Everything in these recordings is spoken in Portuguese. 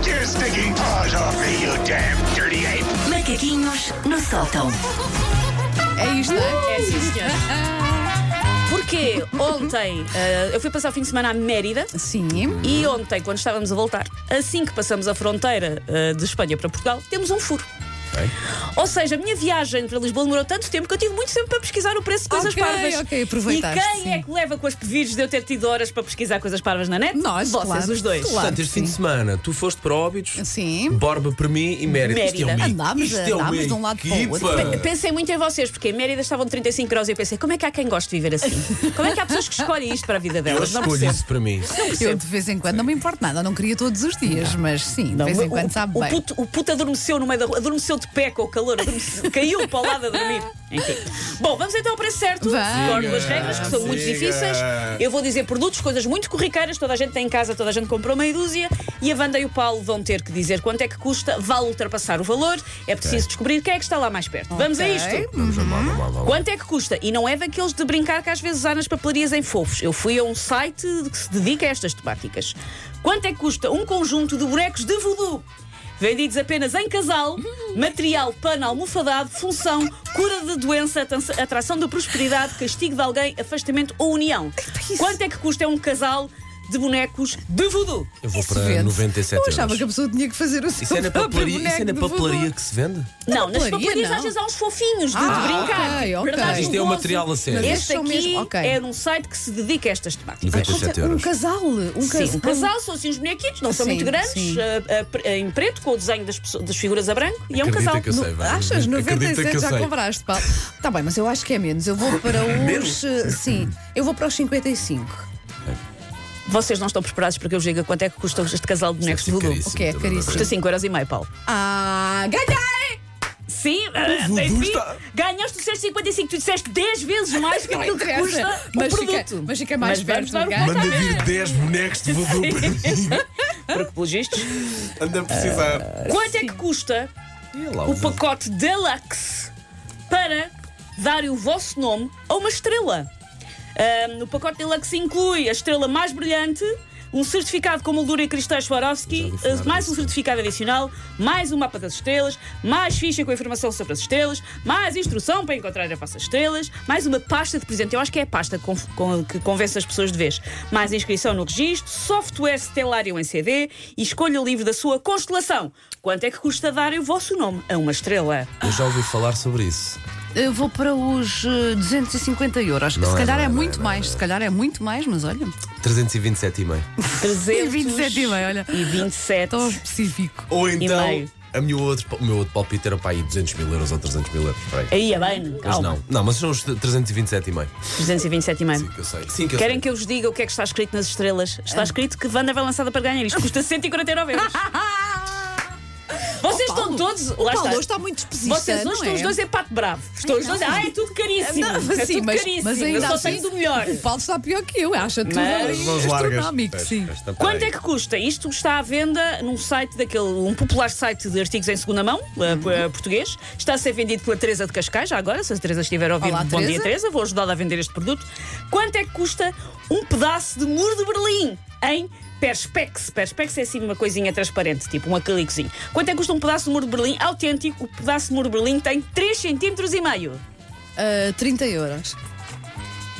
taking paws off me, you damn dirty ape! Macaquinhos no sótão. É isto, é? É sim, senhor. Porque ontem eh, eu fui passar o fim de semana à Mérida Sim. É assim. e ontem, quando estávamos a voltar, assim que passamos a fronteira eh, de Espanha para Portugal, temos um furo. Ou seja, a minha viagem para Lisboa demorou tanto tempo que eu tive muito tempo para pesquisar o preço de coisas Ok, parvas. ok, e aproveitaste, quem sim. é que leva com as pevides de eu ter tido horas para pesquisar coisas parvas na net? Nós, Vocês, claro, os dois. claro. Portanto, este fim de semana, tu foste para Óbidos, Sim. Borba para mim e Mérida. Mérida. Isto é uma Andámos, isto é uma andámos de um lado para o outro. equipa. Pe- Pensei muito em vocês, porque em Mérida estavam 35 graus e eu pensei, como é que há quem goste de viver assim? Como é que há pessoas que escolhem isto para a vida Eu delas? Não escolho percebo. isso para mim. Eu de vez em quando não me importo nada, eu não queria todos os dias, mas sim, de vez o- em quando o, sabe o bem. Puto, o puto adormeceu no meio da rua, adormeceu de pé com o calor, adormeceu- caiu para o lado a dormir. Enfim. Bom, vamos então ao preço certo. Vamos. Recordo as regras, que são muito Siga. difíceis. Eu vou dizer produtos, coisas muito corriqueiras, toda a gente tem em casa, toda a gente comprou meia dúzia. E a Wanda e o Paulo vão ter que dizer quanto é que custa, vale ultrapassar o valor, é preciso descobrir quem é que está lá mais perto. Vamos a Ok. isto. Vamos lá, vamos lá, vamos lá. Quanto é que custa? E não é daqueles de brincar que às vezes há nas papelarias em fofos. Eu fui a um site que se dedica a estas temáticas. Quanto é que custa um conjunto de bonecos de voodoo? Vendidos apenas em casal, material pano almofadado, função, cura de doença, aten- atração da prosperidade, castigo de alguém, afastamento ou união. Quanto é que custa um casal de bonecos de voodoo? Eu vou Isso para vende. 97 Eu achava euros. que a pessoa tinha que fazer o seu Isso é na próprio papelaria, isso é na boneco de papelaria voodoo. que se vende? Não, nas papelaria, papelarias não. às vezes há uns fofinhos de, de Ah, brincar. ok, ok. Verdade, Isto é um gozo. material a sério. é Mas Este são aqui mesmo- ok. é um site que se dedica a estas temáticas. 97 Um euros. casal, um casal. Sim, um casal, são assim uns bonequinhos, não são Sim, muito grandes, sim. ah, ah, pre- em preto, com o desenho das, pessoas- das figuras a branco, e é um Acredita casal. que eu sei, vai. Achas? Acredita que eu 97 já sei. compraste, Paulo. Tá bem, mas eu acho que é menos. Eu vou para os. eh, Sim, eu vou para os 55. Vocês não estão preparados para que eu diga quanto é que custa este casal de bonecos de Deve ser voodoo? caríssimo, O que é também, caríssimo? Custa 5,5€, Paulo. Ah, ganhei! Sim, ah, voodoo enfim, está- ganhaste os 6,55, tu disseste 10 vezes mais que Não aquilo que interessa, custa mas o fica- produto. mas fica mais vamos perto do dar um ganho. ponto Manda à mesa, vir 10 bonecos de voodoo para mim. Porque, pelos vistos, Anda a precisar. quanto é que custa E lá o voodoo. pacote deluxe para dar o vosso nome a uma estrela. Ahm, o pacote deluxe inclui a estrela mais brilhante, um certificado com moldura e cristais Já Swarovski, ouvi falar eh, mais um disso. certificado adicional, mais um mapa das estrelas, mais ficha com informação sobre as estrelas, mais instrução para encontrar as vossas estrelas, mais uma pasta de presente. Eu acho que é a pasta com- com- que convence as pessoas de vez. Mais inscrição no registro, software Stellarium em CD e escolha livre da sua constelação. Quanto é que custa dar o vosso nome a uma estrela? Eu já ouvi falar sobre isso. Eu vou para os eh, 250 euros. Não se é, calhar não é, é, não é, muito não é, mais, se calhar é muito mais, mas olha. 327,5. 300 27,5, olha. e 27. Tão específico. Ou meio. então, a minha outro, o meu outro palpite era para aí 200 mil euros ou 300 mil euros. por aí. Aí é bem, Mas calma. não, não, mas são os 327,5. 327,5. Sim, que eu sei. Sim, que eu Querem sei. que eu vos diga o que é que está escrito nas estrelas? Ah. Está escrito que Wanda vai lançada para ganhar. Isto custa 149 euros. Vocês Oh, Paulo, estão todos. o Lá Paulo está. hoje está muito despesista, Vocês hoje não estão é? os dois em pato bravo. Estão os dois. Ah, é tudo caríssimo. Não, é sim, tudo mas, caríssimo. mas ainda eu só assim, tenho do melhor. O Paulo está pior que eu, acha tudo Mas- ali Mãos largas. astronómico, Pois, sim. pois, então, Quanto peraí. é que custa? Isto está à venda num site daquele, um popular site de artigos em segunda mão, eh, Uhum. p- eh, português. Está a ser vendido pela Teresa de Cascais, já agora, se a Teresa estiver a ouvir, Olá, bom dia Teresa. Teresa, vou ajudá-la a vender este produto. Quanto é que custa um pedaço de muro de Berlim em Perspex? Perspex é assim uma coisinha transparente, tipo um acrílicozinho. Quanto é que custa um pedaço de muro de Berlim autêntico? O pedaço de muro de Berlim tem 3 centímetros e meio. Ah, 30 euros.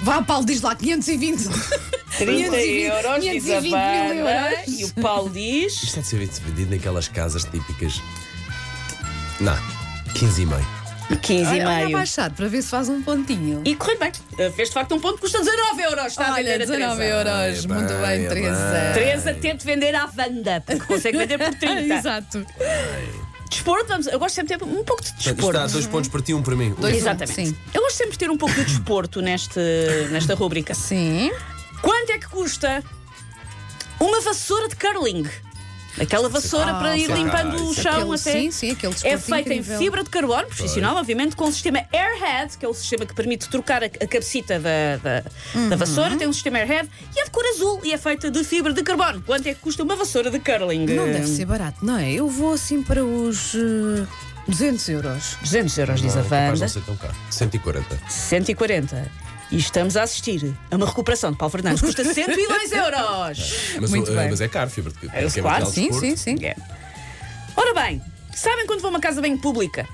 Vá, Paulo, diz lá 520. 30 euros, diz a 520 mil Wanda. euros. E o Paulo diz... Isto é de ser vendido naquelas casas típicas. Não, 15 e meio. 15 Olha, olha a baixar para ver se faz um pontinho. E correu bem. Uh, Fez de facto um ponto que custa 19 euros. Está a Olha, vender a 19 Teresa. euros. É Muito bem, bem, é 13. bem. Teresa tente vender à Wanda, porque consegue É vender por 30. Exato. desporto, vamos, eu gosto sempre de ter um pouco de Portanto, isto desporto. dá dois pontos para ti e um para mim. Dois- Exatamente. Sim. Eu gosto sempre de ter um pouco de desporto neste, nesta rubrica. Sim. Quanto é que custa uma vassoura de curling? Aquela vassoura Ah, para ir sim. limpando Ah, o isso é chão Aquele- até. Sim, sim, aquele É desporto feita incrível. em fibra de carbono profissional, obviamente, com o sistema Airhead, que é o sistema que permite trocar a, a cabecita da, da, Uhum. da vassoura. Tem um sistema Airhead e é de cor azul e é feita de fibra de carbono. Quanto é que custa uma vassoura de curling? Não deve ser barato, não é? Eu vou assim para os eh, 200 euros. 200 euros, diz a é Não, é capaz Wanda. não ser tão caro. 140. 140. E estamos a assistir a uma recuperação de Paulo Fernandes. Custa 102 euros. Mas, Muito o- bem. mas é caro, fibra de É, é claro, material de Sim, desporto. sim, sim. É. Sabem quando vão a uma casa bem pública?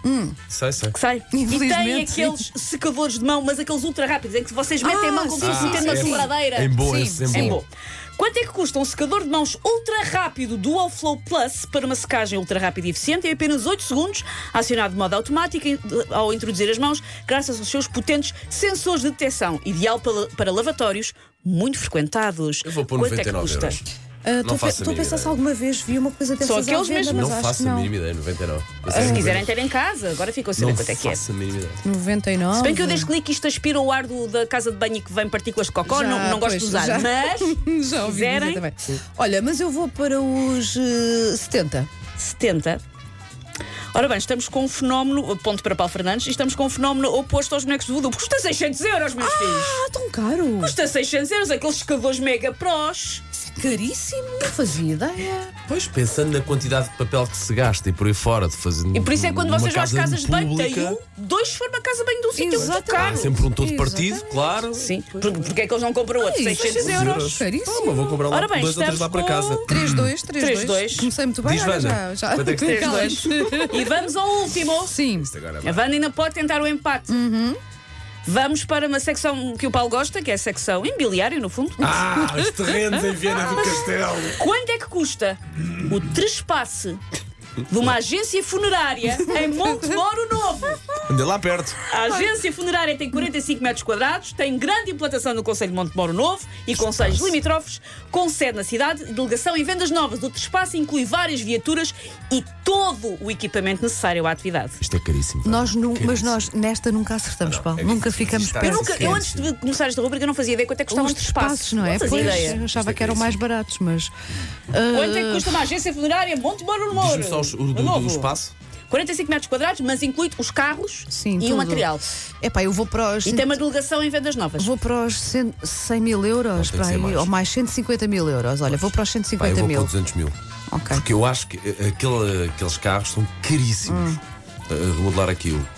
Sei, sei. Que sai. E tem Hum, Infelizmente, sim. aqueles secadores de mão, mas aqueles ultra rápidos, em que vocês metem a mão Ah, como sim, se metem sim, na sim. furadeira. é Em bom, Sim, esse, em sim. Sim. bom. Bom, Quanto é que custa um secador de mãos ultra rápido Dual Flow Plus para uma secagem ultra rápida e eficiente em apenas 8 segundos, acionado de modo automático em- eh, ao introduzir as mãos, graças aos seus potentes sensores de detecção, ideal para, para lavatórios muito frequentados? Eu vou pôr Quanto 99 é que custa? euros. Ah, Não Estou a pe- faço a estou a mínima pensar se ideia. alguma vez vi uma coisa dessas aqueles à venda, mesmo? mas Não acho faço que a não. mínima ideia, 99. Eu sei Ah, Se que quiserem não ter em casa, agora ficam a saber Não quanto é que é. Se faço a mínima ideia. 99. bem que eu desde que li que isto aspira o ar do- da casa de banho que vem partículas de cocó, Já, não, não gosto pois, de usar, já. mas Já ouvi quiserem- dizer também. Olha, mas eu vou para os eh, 70. 70. Ora bem, estamos com um fenómeno, ponto para Paulo Fernandes, e estamos com um fenómeno oposto aos bonecos de voodoo. Custa 600 euros, meus filhos! Ah, tão caro! Custa 600 euros, aqueles secadores mega prós. Caríssimo! Não fazia ideia. Pois, pensando na quantidade de papel que se gasta e por aí fora, de fazer. E por isso é que quando numa vocês vão às casa casas de banho, tem pública, um, dois se for uma casa de banho de um sítio muito Exatamente. há caro. Sempre um todo partido, Exatamente. claro. Sim, por- porque é que eles não compram outro? Ai, 600 600 euros. euros. Caríssimo. Toma, vou comprar lá Ora bem, dois ou três lá estamos para casa. com- 3, 2, 3, 2. 3-2. Comecei muito bem, Diz, olha, já. Vanda, já. quanto é que tem? Aquela- E vamos ao último. Sim. Isto agora A vai. Wanda ainda pode tentar o empate. Vamos para uma secção que o Paulo gosta, que é a secção imobiliária, no fundo. Ah, os terrenos em Viena do Castelo. Quanto é que custa o trespasse de uma agência funerária em Montemoro Novo? Andei lá perto. A agência funerária tem 45 metros quadrados, tem grande implantação no Conselho de Montemoro Novo e Conselhos Limítrofes, com sede na cidade, delegação e vendas novas. O trespasse inclui várias viaturas e todo o equipamento necessário à atividade. Isto é caríssimo. Nós nu- Que mas isso? nós nesta nunca acertamos, Não, Paulo. é nunca difícil. ficamos Está perto. Eu, nunca, eu antes de começar esta rubrica não fazia ideia quanto é que custavam Os os espaços, trespasses. não é? Não fazia Pois, Ah. ideia. Isto é achava que eram caríssimo. mais baratos, mas. Quanto é que custa uma agência funerária em Montemoro Novo? Diz-me só os- o do- do um Novo? espaço. 45 metros quadrados, mas inclui os carros Sim, e tudo. o material. É pá, eu vou para os. E tem uma delegação em vendas novas. Vou para os 100, 100 mil euros, Não, tem que para ser aí, mais. ou mais 150 mil euros. Olha, vou para os 150 Pá, eu vou mil. pôr 200 mil. Ok. Porque eu acho que eh, aquele- aqueles carros são caríssimos. Hum. Eh, a remodelar aquilo. um.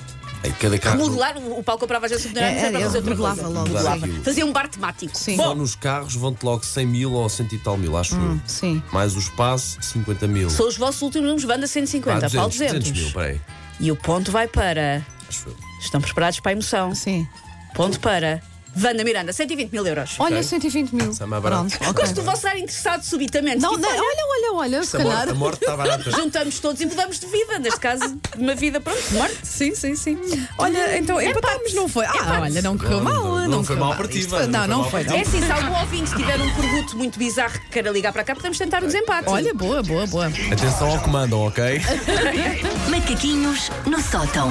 Em cada carro. Remodelar, o o Paulo comprava a agência funerária, É, mas era é, para fazer outra remodelava coisa. logo. Remodelava. Sim. Fazia um bar temático. Sim. Só Bom, nos carros vão-te logo 100 mil ou 100 e tal mil, acho eu. Sim. Mais o espaço, 50 mil. são os vossos últimos números, Wanda 150, Ah, Paulo 200 200. mil, peraí. E o ponto vai para. Acho eu. Estão preparados para a emoção. Sim. Ponto para. Wanda Miranda, 120 mil euros. Olha, 120 mil. Isso é mais barato. Pronto, ok. Mas tu vou estar interessado subitamente. Não, Tipo, não, olha, olha, olha, olha, se A calhar. morte, a morte está barata. Juntamos todos e mudamos de vida. Neste caso, de uma vida, pronto, de morte. Sim, sim, sim. Olha, então empatámos, não foi? Ah, olha, não correu Não, mal. não, não foi correu mal para ti, Isto Wanda, foi- Não, não foi não mal foi. para É não. assim, se algum ouvinte tiver um produto muito bizarro que queira ligar para cá, podemos tentar o desempate. Olha, boa, boa, boa. Atenção ao comando, ok? Macaquinhos no sótão.